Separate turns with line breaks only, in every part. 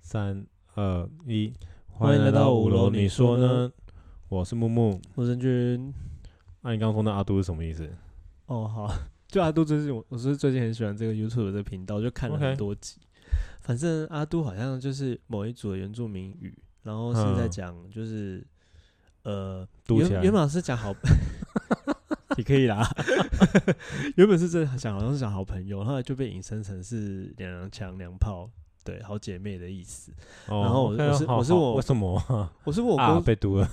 三二一，
欢迎来到五楼你说呢？
我是木木。
我是君。
那、你刚刚说那阿都是什么意思？
哦，好， 就阿杜最近我我是最近很喜欢这个 YouTube 的这个频道，就看了
OK
很多集。反正阿杜好像就是某一组的原住民语，然后是在
嗯
讲就是、呃，
嘟
原
起来
原本是讲好，你可以啦。 原本是这讲好像是讲好朋友，后来就被引申成是两娘强娘炮，对，好姐妹的意思。
哦
然后我
OK，
我是
好
我是
好
我
为什么啊
我说我 国、
啊被嘟了？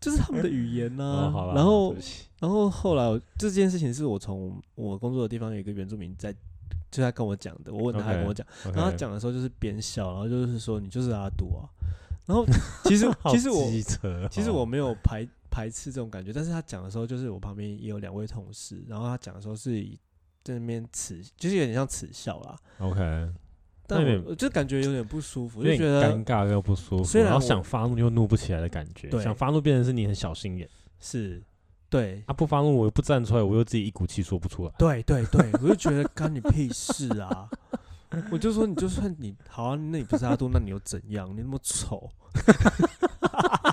就是他们的语言呐、
哦，好了。
嗯然
对
后
不起
然后后来我这件事情是我从我工作的地方有一个原住民在，就他跟我讲的，我问他，他
OK
跟我讲
OK
然后他讲的时候就是边笑，然后就是说你就是阿杜啊，然后其实
好
其实我
机车哦
其实我没有排排斥这种感觉，但是他讲的时候就是我旁边也有两位同事，然后他讲的时候是以在那边耻，就是有点像耻笑啦，
OK，那有
但我
点
我就感觉有点不舒服，
有
就
点
觉得
尴尬又不舒服，
虽然
然后
我
想发怒又怒不起来的感觉，
对
想发怒变成是你很小心眼
是对
啊，不发怒我又不站出来，我又自己一股气说不出来。
对对对，我就觉得干你屁事啊！ 我就说你就算你好啊，那你不是阿杜，那你又怎样？你那么丑，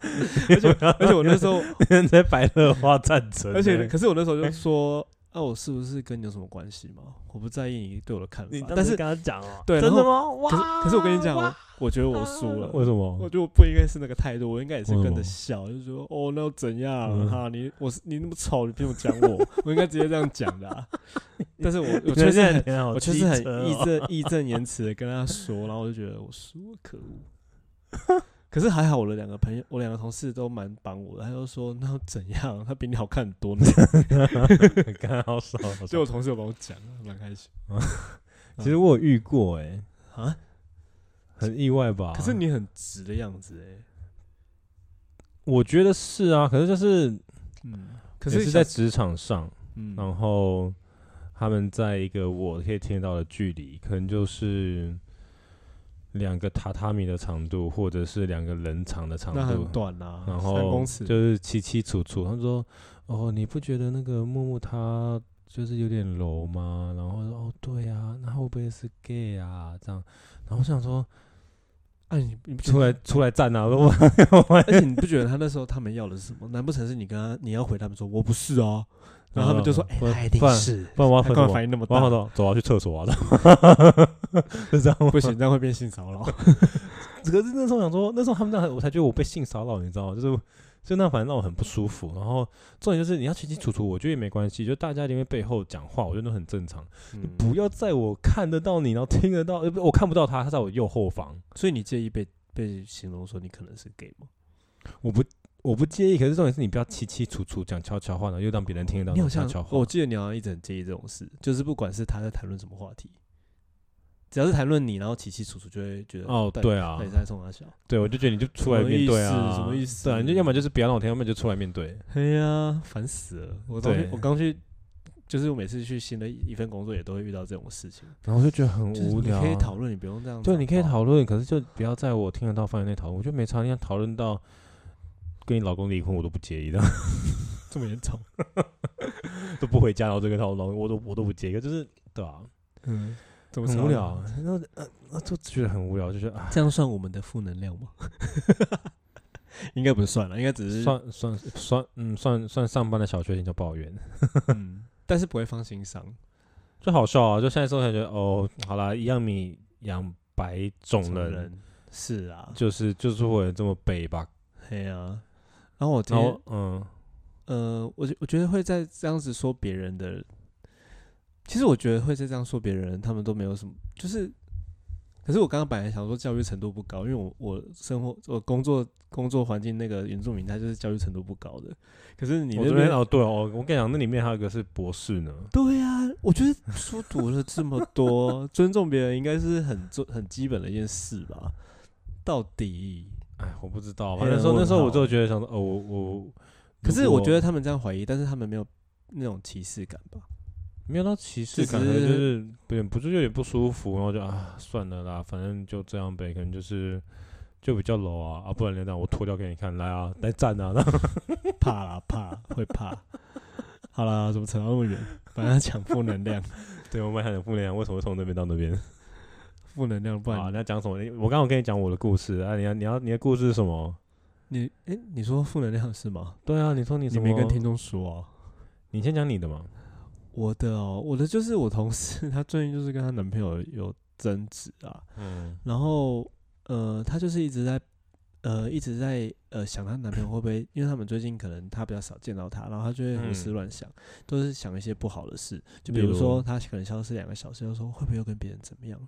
而且而且我那时 候，
在白热化战争，欸
而且可是我那时
哎
候就说，啊，我是不是跟你有什么关系吗？我不在意你对我的看法，但是
刚刚讲哦
对然
真的
后
吗？哇
可是可是我跟你讲，我我觉得我输了，
为什么？
我觉得我不应该是那个态度，我应该也是跟
为
着
什
笑，就说哦，那又怎样、
嗯
哈？你我是你那么丑，你凭什么讲我？我应该直接这样讲 的、啊。但是我我确实很我
我
确实很
哦
义正义正言辞的跟他说，然后我就觉得我输了，可恶。可是还好，我的两个朋友，我两个同事都蛮帮我的。他就说：“那又怎样？他比你好看很多呢。
很干，好爽。好”
就
爽
我同事有帮我讲，蛮开心
其 实我有遇过，哎，
啊。
很意外吧？
可是你很直的样子哎、
我觉得是啊，可是就是
嗯。
可
可
是
是想
在职场上，
嗯
然后他们在一个我可以听得到的距离，可能就是两个榻榻米的长度，或者是两个人长的长
那
度
很，短啊，
然
三
后
公尺
就是起起楚楚。他说：“哦，你不觉得那个木木他就是有点柔吗？”然后说：“哦，对啊，那会不会是 gay 啊？”这样，然后我想说，
哎，你你不觉
出
得？
来 出来站啊！我我
而且你不觉得他那时候他们要的是什么？难不成是你跟他你要回他们说我不是哦？ 然后他们就说哎，
不然
他一定
嗯不然
是，
不然我要
他
分
干
什
嘛
么？
反应那么
我要
大
分？什么？走啊，我要去厕所啊！ 这样是这样吗？
不行，这样会变性骚扰。
可是那时候想说，那时候他们那样我才觉得我被性骚扰，你知道吗？就是就那反正让我很不舒服。然后重点就是你要清清楚楚，我觉得也没关系，就大家因为背后讲话，我觉得都很正常。
嗯，
不要在我看得到你，然后听得到，呃，不我看不到他，他在我右后方，
所以你介意被被形容说你可能是 gay 吗？
我不我不介意。可是重点是你不要凄凄楚楚讲悄悄话，然后又让别人听得到
你好
悄
像
悄话。
我记得你好像一直很介意这种事，就是不管是他在谈论什么话题，只要是谈论你，然后起起楚楚就会觉得
哦，
到底
对啊
到，底在冲他笑？
对，我就觉得你就出来面对啊，
什么意思什么意思
对啊，你就要么就是不要让我听，要么就出来面对。
哎呀，烦死了！我刚去
对
我刚去，就是我每次去新的一份工作也都会遇到这种事情，
然后我就觉得很
就是
无
你
聊啊。
可以讨论，你不用这样。
对，你可以。讨论，可是就不要在我听得到范围内讨论。我觉得没差，你要讨论到跟你老公离婚，我都不介意的，
这么严重？
都不回家，然后这个讨论，我都我都不介意，就是对啊，
嗯，怎么
很
吵
无聊。？然后呃，呃就觉得很无聊，就觉得啊，
这样算我们的负能量吗？ 应该不算了，应该只是
算算算，嗯，算算上班的小确幸叫抱怨，
嗯，但是不会放心上。
就好笑啊！就现在时候感觉得哦，好啦，一样米养百种
这种
人，
人是啊，
就是就是会有这么悲吧。
嘿啊。然后我今
然
天
后嗯，
呃，我觉我觉得会在这样子说别人的，其实我觉得会在这样说别人，他们都没有什么，就是。可是我刚刚本来想说教育程度不高，因为我我生活我工作工作环境那个原住民他就是教育程度不高的。可是你
我
那
这边
边
哦，对哦，我跟你讲，那里面还有一个是博士呢，
对呀、我觉得书读了这么多， 尊重别人应该是很重很基本的一件事吧？到底，
哎，我不知道，
黑
反正
人
说那
问
时候
号
我就觉得想说，哦，我我，
可是
如
我
果
觉得他们这样怀疑，但是他们没有那种歧视感吧？
没有到歧视
就
感，
只
可能就是是有点不是有点不舒服，然后就啊算了啦，反正就这样呗，可能就是就比较 low 啊啊，不然你样我脱掉给你看，来啊，来站啊，那
怕啦，怕会怕。好啦，怎么扯到那么远？反正要讲负能量，
对我们还很负能量，为什么会从那边到那边？
负能量，不
啊，
然
你要讲什么？你我刚刚有跟你讲我的故事啊，你要你要你的故事是什么？
你哎、你说负能量是吗？
对啊，你说你
你
什么？
没跟听众说啊？
你先讲你的嘛。
我的哦，我的就是我同事， 她最近就是跟她男朋友有争执啊，
嗯
然后呃，她就是一直在呃一直在呃想她男朋友会不会，因为他们最近可能她比较少见到他，然后她就会胡思
嗯
乱想，都是想一些不好的事，就比
例
如
如
说她可能消失两个小时，就说会不会又跟别人怎么样，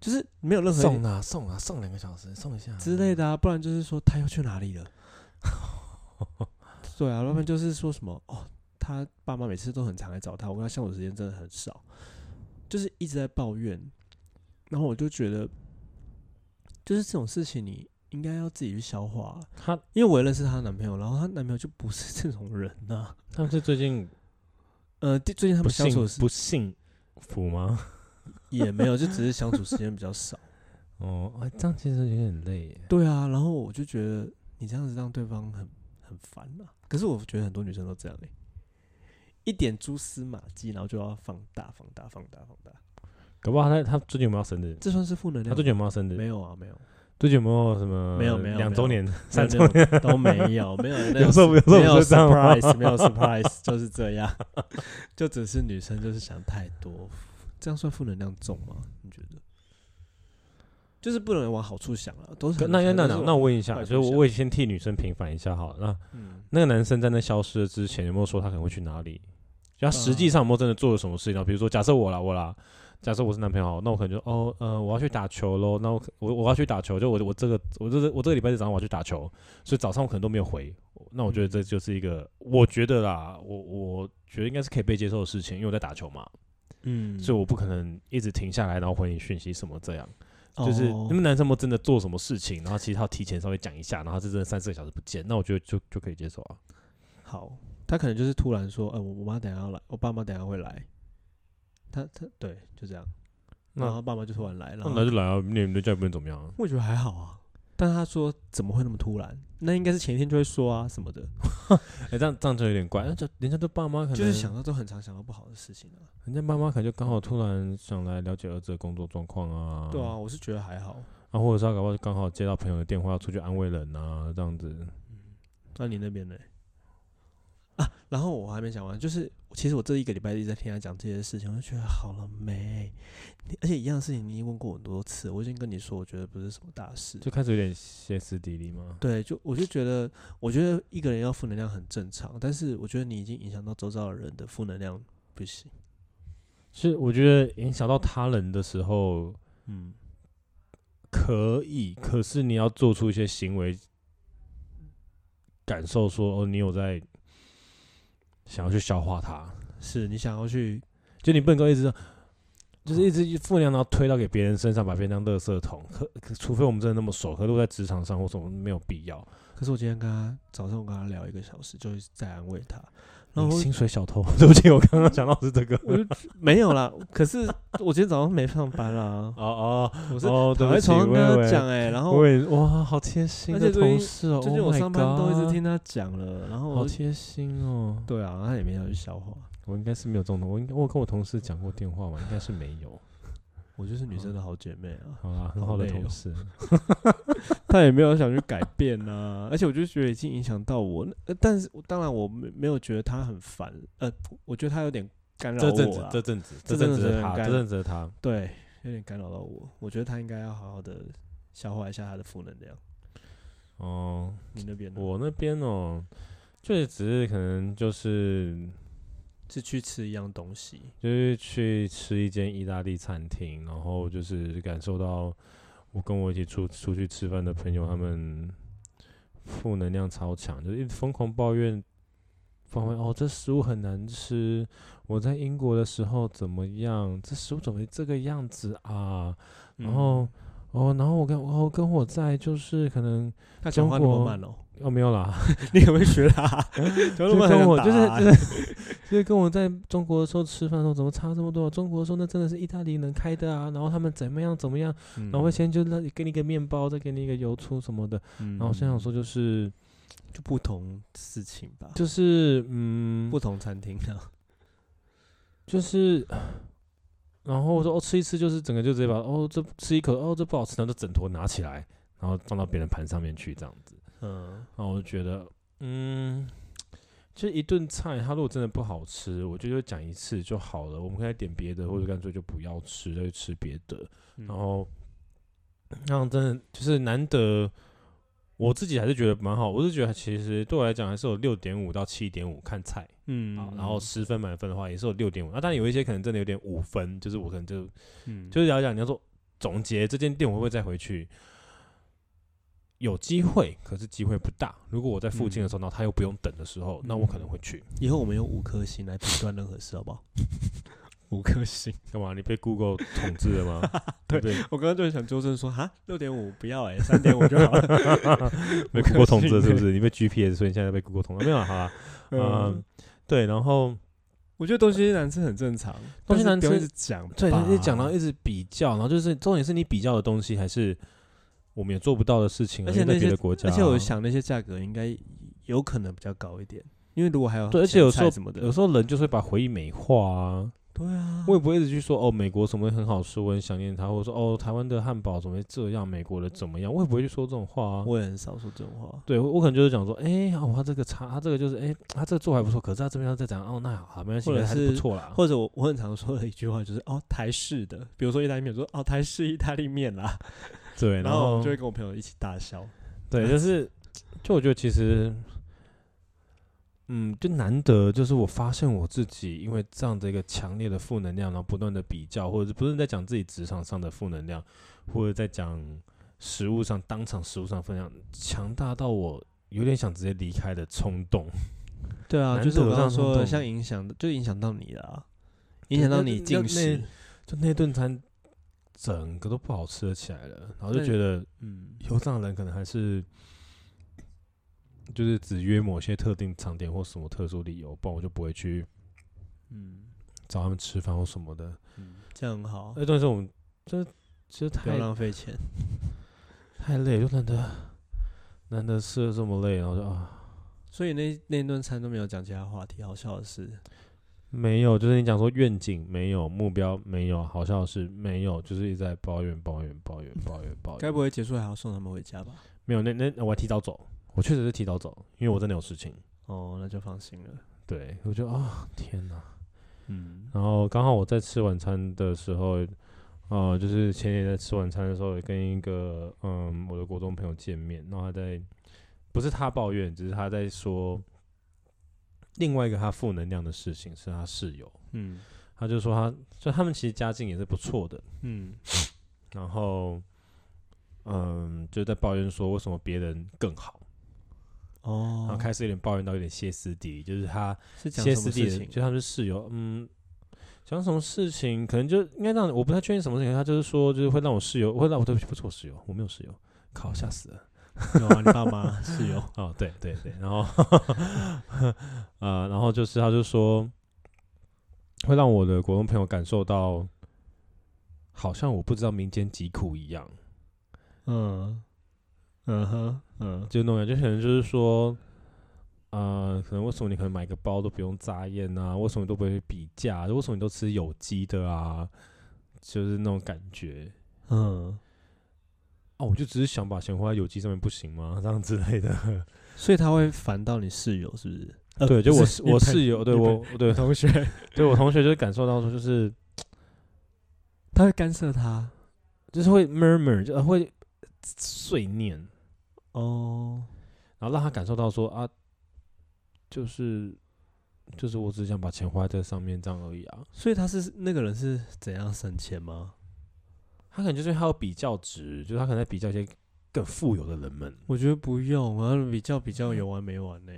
就是没有任何
送啊送啊送两个小时，送一下
之类
的。
的啊，不然就是说他又去哪里了。 对啊，要不然就是说什么哦，他爸妈每次都很常来找他，我跟他相处时间真的很少，就是一直在抱怨。然后我就觉得，就是这种事情你应该要自己去消化啊、
她
因为我也认识她男朋友，然后她男朋友就不是这种人呐、
他们是最近
呃，最最近他
不
们相
幸
处的时
不幸福吗？
也没有，就只是相处时间比较少。
哦，哎这样其实有点累耶。
对啊，然后我就觉得你这样子让对方很很烦啊。可是我觉得很多女生都这样哎、一点蛛丝马迹，然后就要放大、放大、放大、放大，
搞不好他他最近有没有生日？
这算是负能量吗？
他最近有没有生日？
没有啊，没有，
最近有没有什么？
没有没有
两
没
周
有
年、 三周
没有
年。
都没有，没有。 那
有
种
时候
是
有时候
没
不
有
是这样吗
surprise，没有 surprise，就是这样， 就只是女生就是想太多，这样算负能量重吗？你觉得？就是不能往好处想了，都是
可
很
那那 那
都是
那
往
那我问一下，
坏
所以
处
我
想
我也先替女生平反一下好了。那
嗯，
那个男生在那消失的之前，有没有说他可能会去哪里？就他实际
啊
上有没有真的做了什么事情呢？比如说，假设我啦，我啦，假设我是男朋友好，那我可能就哦，呃，我要去打球喽。那我可我我要去打球，就我我这个我这我这个礼拜日早上我要去打球，所以早上我可能都没有回。那我觉
嗯
得这就是一个，我觉得啦，我我觉得应该是可以被接受的事情，因为我在打球嘛，
嗯，
所以我不可能一直停下来，然后回你讯息什么这样。
哦
就是你们男生有没有真的做什么事情，然后其实他有提前稍微讲一下，然后这真的三四个小时不见，那我觉得就就可以接受啊。
好，他可能就是突然说，呃，我我妈等一下要来，我爸妈等一下会来。他他对，就这样。
那
然后爸妈就突然来，然
那
后
来就来啊，你们的家里面怎么样啊？
我觉得还好啊。但他说怎么会那么突然？那应该是前一天就会说啊什么的，
哎、这样这样就有点怪，那就人家的爸妈可能
就是想，到都很常想到不好的事情啊。
人家爸妈可能就刚好突然想来了解儿子的工作状况啊，
对啊，，我是觉得还好。
啊，或者是他搞不好刚好接到朋友的电话要出去安慰人啊，这样子，
那你那边呢？啊，然后我还没讲完，就是其实我这一个礼拜一直在听他讲这些事情，我就觉得好了没，你而且一样的事情你已经问过我很多次，我已经跟你说，我觉得不是什么大事，
就开始有点歇斯底里嘛。
对，就我就觉得，我觉得一个人要负能量很正常，但是我觉得你已经影响到周遭的人的负能量不行。
是我觉得影响到他人的时候
嗯，
可以，可是你要做出一些行为，感受说哦，你有在想要去消化它，
是你想要去，
就你不能够一直这样
哦
就是一直负能量，然后推到给别人身上，把别人当垃圾桶。可可除非我们真的那么熟，可是我在职场上或什么没有必要。
可是我今天跟他早上我跟他聊一个小时，就是在安慰他，然
你
后我
薪水小偷， 对不起，我刚刚想到是这 个。
我就没有啦。可是我今天早上没上班啦，
哦
我
哦
是
哦，对
躺
不
在
起，
床上
我
跟
以
他
为
讲哎、然后
我以为哇，好贴心
而
的
且最
同
近
事哦，
最近
Oh
我
my
上班都一直
God
听他讲了，然后
好
我就
贴心哦。
对啊，他也没要去消化。
我应该是没有这种的，我应该我有跟我同事讲过电话嘛，应该是没有。
我就是女生的好姐妹啊，
好啦，很好的
累哦
同事，
他也没有想去改变呐、而且我就觉得已经影响到我，呃但是我当然我没没有觉得他很烦，呃，我觉得他有点干扰
这阵
我
子
啦，
这阵子
这
阵
阵
子
子
的
很
他，
干
这阵子的他，
对，有点干扰到我，我觉得他应该要好好的消化一下他的负能量。
哦，
你那边呢？
我那边哦，就只是可能就是
是去吃一样东西，
就是去吃一间意大利餐厅，然后就是感受到我跟我一起出出去吃饭的朋友，他们负能量超强，就是一直疯狂抱怨，抱怨哦，这食物很难吃，我在英国的时候怎么样，这食物怎么会这个样子啊？
嗯
然后、哦，然后我跟哦跟我在就是可能
他讲话那
中
么
国
慢哦、
哦没有啦，
你可不可以 学他？讲话那
就
么
跟
很
我
想
就
打
是
啊
就是 就是跟我在中国的时候吃饭的时候怎么差这么多啊、中国的时候那真的是意大利人开的啊，然后他们怎么样怎么样，
嗯
然后会先就让给你一个面包，再给你一个油醋什么的。
嗯
然后我心想说就是
就不同事情吧，
就是嗯
不，同餐厅啊，
就是然后我说哦，吃一吃就是整个就直接把哦这吃一口哦这不好吃，然后就整坨拿起来，然后放到别人盘上面去这样子。
嗯，
然后我就觉得，嗯，就一顿菜，它如果真的不好吃，我就就讲一次就好了。我们可以点别的，或者干脆就不要吃，再去吃别的。
嗯
然后，让真的就是难得，我自己还是觉得蛮好。我是觉得其实对我来讲还是有六点五到七点五看菜，
嗯
啊，然后十分满分的话也是有六点五。那当然有一些可能真的有点五分，就是我可能就
嗯
就是要讲，你要说总结这间店我会不会再回去？有机会，可是机会不大。如果我在附近的时候，那他又不用等的时候，那我可能会去。
以后我们用五颗星来评断任何事，好 不好？五颗星。
干嘛？你被 Google 统治了 吗？
对
被
我刚刚就很想纠正说，哈，六点五不要哎、欸，三点五就好了。
被 Google 统治了是 不是？你被 GPS，所以你现在被 Google 统治？没有啊好啦， 嗯
嗯，，
对。然后
我觉得东西难吃很正常，
嗯东西难吃
但是不要一直讲吧，
对，就是讲到一直比较，然后就是重点是你比较的东西还是我们也做不到的事情啊，
而且
因为在
那
别
些
的国家，啊
而且我。想那些价格应该有可能比较高一点，因为如果还有
对，而且有时
咸
候
菜什么的，
有时候人就是会把回忆美化啊，
对啊，
我也不会一直去说哦，美国什么很好吃，我很想念它，或者说哦，台湾的汉堡怎么会这样，美国的怎么样，我也不会去说这种话啊。
我也很少说这种话。
对，我我可能就是讲说，哎、哦，他这个差，他这个就是，哎、他这个做还不错，可是他这边要再讲，哦，那好，没关系，
或者
还是不
是
错啦。
或者我我很常说的一句话就是哦台式的，比如说意大利面，我说哦台式意大利面啦，
对，
然
然
后我
后
就会跟我朋友一起大笑。
对，就是，就我觉得其实，嗯，就难得，就是我发现我自己因为这样的一个强烈的负能量，然后不断的比较，或者是不是在讲自己职场上的负能量，或者在讲食物上当场食物上分量，强大到我有点想直接离开的冲动。
对啊，
难
就是我
得
刚
让
刚
他
说的，
动
像影响的，就影响到你了、啊，影响到
那
你
那
进
那
食。
就那顿餐整个都不好吃了起来了，然后就
那
觉得
嗯，
有这样的人可能还是就是只约某些特定场点或什么特殊理由，不然我就不会去
嗯
找他们吃饭或什么的。
嗯，这样很好，
那段时间我们就是其实
不
太
要浪费钱。
太累，就难得难得吃的这么累，然后就啊
所以那那顿餐都没有讲其他话题，好笑的是，
没有，就是你讲说愿景没有，目标没有，好像是没有，就是一直在抱怨抱怨抱怨抱怨抱怨。
该不会结束还要送他们回家吧？
没有？那那我还提早走，我确实是提早走，因为我真的有事情。
哦，那就放心了。
对，我就啊、天哪！
嗯，
然后刚好我在吃晚餐的时候，呃，就是前年在吃晚餐的时候，也跟一个嗯我的国中朋友见面，然后他在不是他抱怨，只是他在说另外一个他负能量的事情，是他室友，
嗯
他就说他就他们其实家境也是不错的，
嗯
然后嗯就在抱怨说为什么别人更好，然后
哦，
开始有点抱怨到有点歇斯底里，就是他
是讲
歇
什
斯
么
底
事
里，
情？
就他们是室友，嗯，讲什么事情，可能就应该让我不太确定什么事情，他就是说，就是会让我室友，会让我对不起，不是我室友，我没有室友，靠，吓死了，
有啊，你爸妈室 友。
哦，对对对，然后， 呃，然后就是他就说，会让我的国中朋友感受到，好像我不知道民间疾苦一样，
嗯嗯哼嗯
就那种感觉，就可能就是说，呃，可能为什么你可能买个包都不用扎烟啊？为什么你都不会比价？为什么你都吃有机的啊？就是那种感觉
嗯，
哦，我就只是想把钱花在有机上面，不行吗？ 这样之类的。
所以他会烦到你室友是不是？呃
对，就我
不
室
你
我
朋
室友，对
你
我对
你同学，
对我同学就是感受到说，就是
他会干涉他
就是会 murmur，就呃会碎念，
哦。
然后让他感受到说啊，就是就是我只是想把钱花在这上面这样而已啊。
所以他是那个人是怎样省钱吗？
他可能就是他有比较值，就是他可能在比较一些更富有的人们，
我觉得不用，然后比较比较有完没完呢、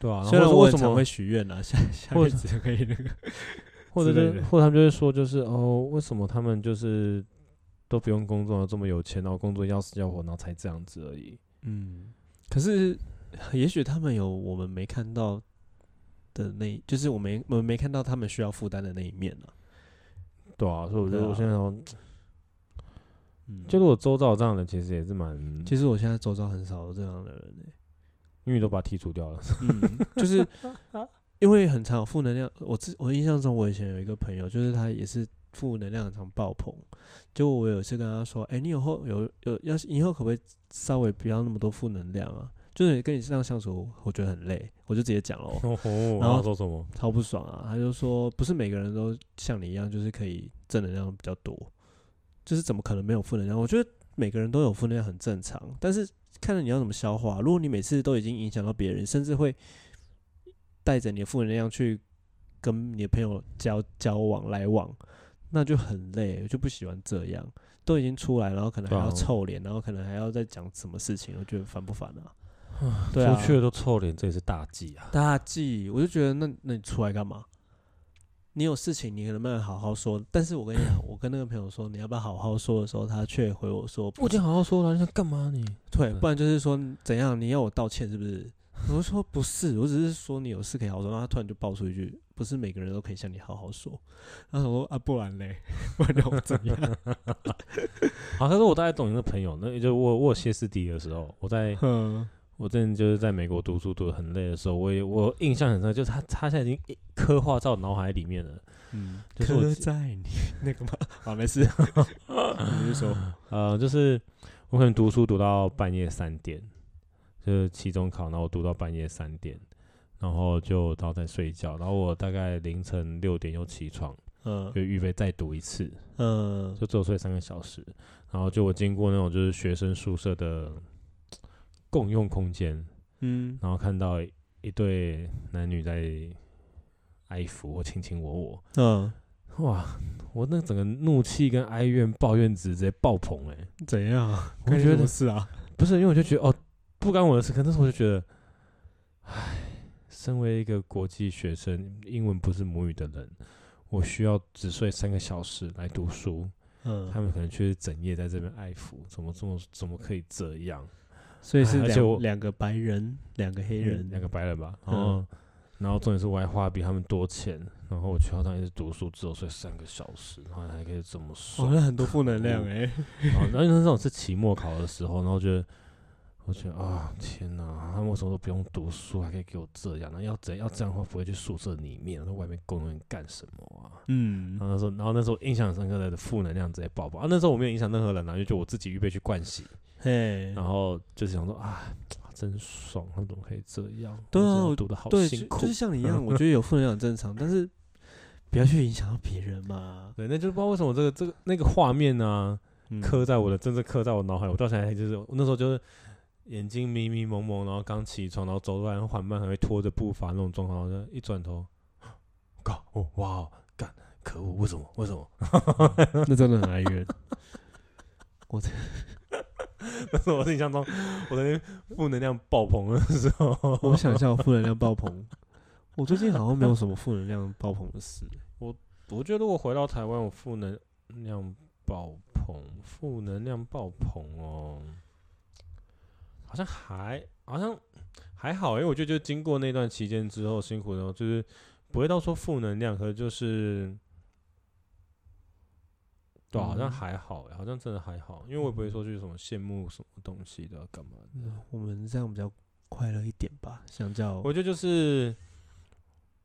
对啊
虽
然
然
后
我
为
很
什
常
么
会，许愿啊， 下下
或
辈
者
子可以那个，
或者
之类
就是
的
或者他们就会说，就是哦，为什么他们就是都不用工作，然后这么有钱，然后工作要死要活，然后才这样子而已。
嗯。可是，也许他们有我们没看到的那，就是我没我们没看到他们需要负担的那一面啊呢、
对啊，所以我觉得
对啊
我现在说，
嗯，
就是我周遭这样的人其实也是蛮，
其实我现在周遭很少有这样的人呢、
因为都把他剔除掉了。
嗯，就是因为很常有负能量。我自我印象中，我以前有一个朋友，就是他也是负能量很常爆棚。就我有一次跟他说：“哎、你以后有有要是以后可不可以稍微不要那么多负能量啊？就是跟你这样相处，我觉得很累。”我就直接讲了 哦，
哦吼，
然
然
后
后说什么？
超不爽啊！他就说：“不是每个人都像你一样，就是可以正能量比较多，就是怎么可能没有负能量？我觉得每个人都有负能量很正常，但是看着你要怎么消化。如果你每次都已经影响到别人，甚至会带着你的负能量去跟你的朋友交交往来往，那就很累，我就不喜欢这样。都已经出来，然后可能还
对
要
啊
臭脸，然后可能还要再讲什么事情，我觉得烦不烦啊？对啊，
出去了都臭脸，这也是大忌啊！
大忌，我就觉得那那你出来干嘛？你有事情，你能不能好好说？但是我跟你 讲，我跟那个朋友说你要不要好好说的时候，他却回我说不
我已经好好说了，你想干嘛你？
对，
嗯
不然就是说怎样，你要我道歉是不是？我就说不是，我只是说你有事可以好好说。然后他突然就爆出一句，不是每个人都可以向你好好说。然后我说啊，不然嘞， 不然让我怎 样？
好，可是啊我大概懂你的朋友，那就我我有歇斯底里的时候，我在
嗯，
我之前就是在美国读书读的很累的时候，我也我印象很深，就是他他现在已经刻画在我脑海里面了。
嗯，
就是我
刻在你那 个嘛，好，没事， 你就说，
呃，就是我可能读书读到半夜三点，就是期中考，然后我读到半夜三点，然后就然后再睡觉，然后我大概凌晨六点又起床，
嗯
就预备再读一次，
嗯
就只有睡三个小时。然后就我经过那种就是学生宿舍的共用空间，
嗯
然后看到一对男女在爱抚或卿卿我我，
嗯，
哇，我那整个怒气跟哀怨、抱怨值直接爆棚哎、
怎样？
我觉得
是啊，
不是因为我就觉得哦，不干我的事，可那时候我就觉得，唉，身为一个国际学生，英文不是母语的人，我需要只睡三个小时来读书，
嗯，
他们可能却是整夜在这边爱抚，怎么这么怎么可以这样？
所以是
哎而且我嗯
两两个白人，两个黑人，哦
两个白人吧，
嗯
然后、然后重点是我还花比他们多钱，然后我去好像一直读书，只有睡三个小时，然后还可以这么睡
哦，。那很多负能量
可恶
哎、
然后然后那种是期末考的时候，然后觉得，我觉得啊，天哪，他们为什么都不用读书，还可以给我这样？那要怎要这样的话，不会去宿舍里面，在外面公园干什么啊？然
嗯
后那时候，然后那时候印象很深刻的负能量直接爆爆啊！那时候我没有影响任何人啊，就就我自己预备去灌洗，
嘿，
然后就是想说啊，真爽，他们怎么可以这样？
对啊
我真的
我
读的好
对，就
辛苦，
就是像你 一样，我觉得有负能量很正常，但是不要去影响到别人嘛。
对，那就是不知道为什么这个这个那个画面呢、
嗯
刻在我的，真正刻在我脑海。我到现在还就是，我那时候就是眼睛迷迷蒙蒙，然后刚起床，然后走路还很缓慢，还会拖着步伐那种状况，然后就一转头，靠，哦，哇哦，干，可恶，为什么？为什么？
那真的很哀怨。
那是我印象中我的负能量爆棚的时候。
我想一下，我负能量爆棚。 我最近好像没有什么负能量爆棚的事。
我觉得如果回到台湾，我负能量爆棚，负能量爆棚哦，好像还好像还好，因为我觉得就经过那段期间之后，辛苦然后就是不会到说负能量，可是就是。对啊、好像
嗯
还好、欸，好像真的还好，因为我也不会说去什么羡慕什么东西的，啊干嘛的。
嗯我们这样比较快乐一点吧，相较
我觉得就是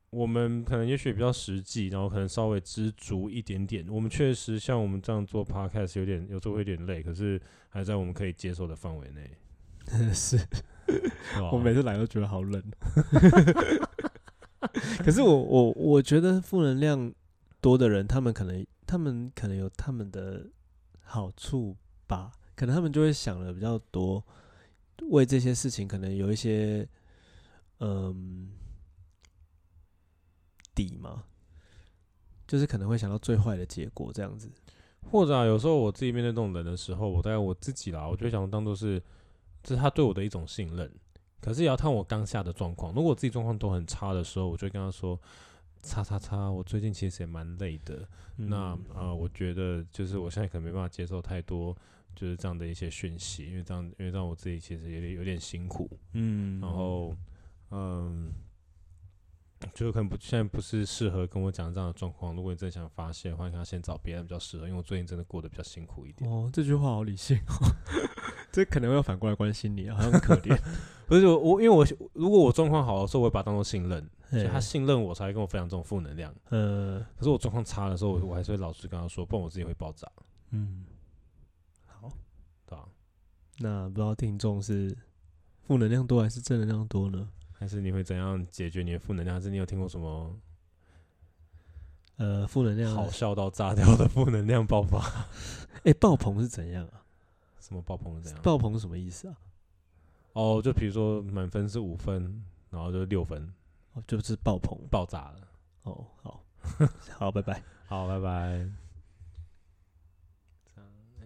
我们可能也许比较实际，然后可能稍微知足一点点。我们确实像我们这样做 podcast 有点有时候会有点累，可是还在我们可以接受的范围内。
是
是吧
我每次来都觉得 好冷。可是我我我觉得负能量多的人，他们可能他们可能有他们的好处吧，可能他们就会想的比较多，为这些事情可能有一些嗯底嘛，就是可能会想到最坏的结果这样子。
或者啊，有时候我自己面对这种人的时候，我大概我自己啦，我就会想当做是这是他对我的一种信任。可是也要看我当下的状况。如果我自己状况都很差的时候，我就会跟他说：“叉叉叉，我最近其实也蛮累的。”
嗯
那呃，我觉得就是我现在可能没办法接受太多就是这样的一些讯息，因为这样因为这样我自己其实有点有点辛苦，
嗯，
然后嗯，就可能不现在不是适合跟我讲这样的状况。如果你真的想发泄的话，你看先找别人比较适合，因为我最近真的过得比较辛苦一点。
哦，这句话好理性哦， 这可能 要反过来关心你，好像很可怜。
不是我我因为我如果我状况好的时候，我会把它当做信任，所以他
嘿
信任我才会跟我分享这种负能量。
呃
可是我状况差的时候，我我还是会老实跟他说，不然我自己会爆炸，
嗯，好，
对吧、
那不知道听众是负能量多还是正能量多呢？
还是你会怎样解决你的负能量？还是你有听过什么
呃，负能量
好笑到炸掉的负能量爆发？
哎、爆棚是怎样啊？
什么爆棚是怎样？
爆棚是什么意思啊？
哦，就比如说满分是五分，然后就六分
哦，就是爆棚
爆炸了。
哦，好，好，拜拜。
好，拜拜。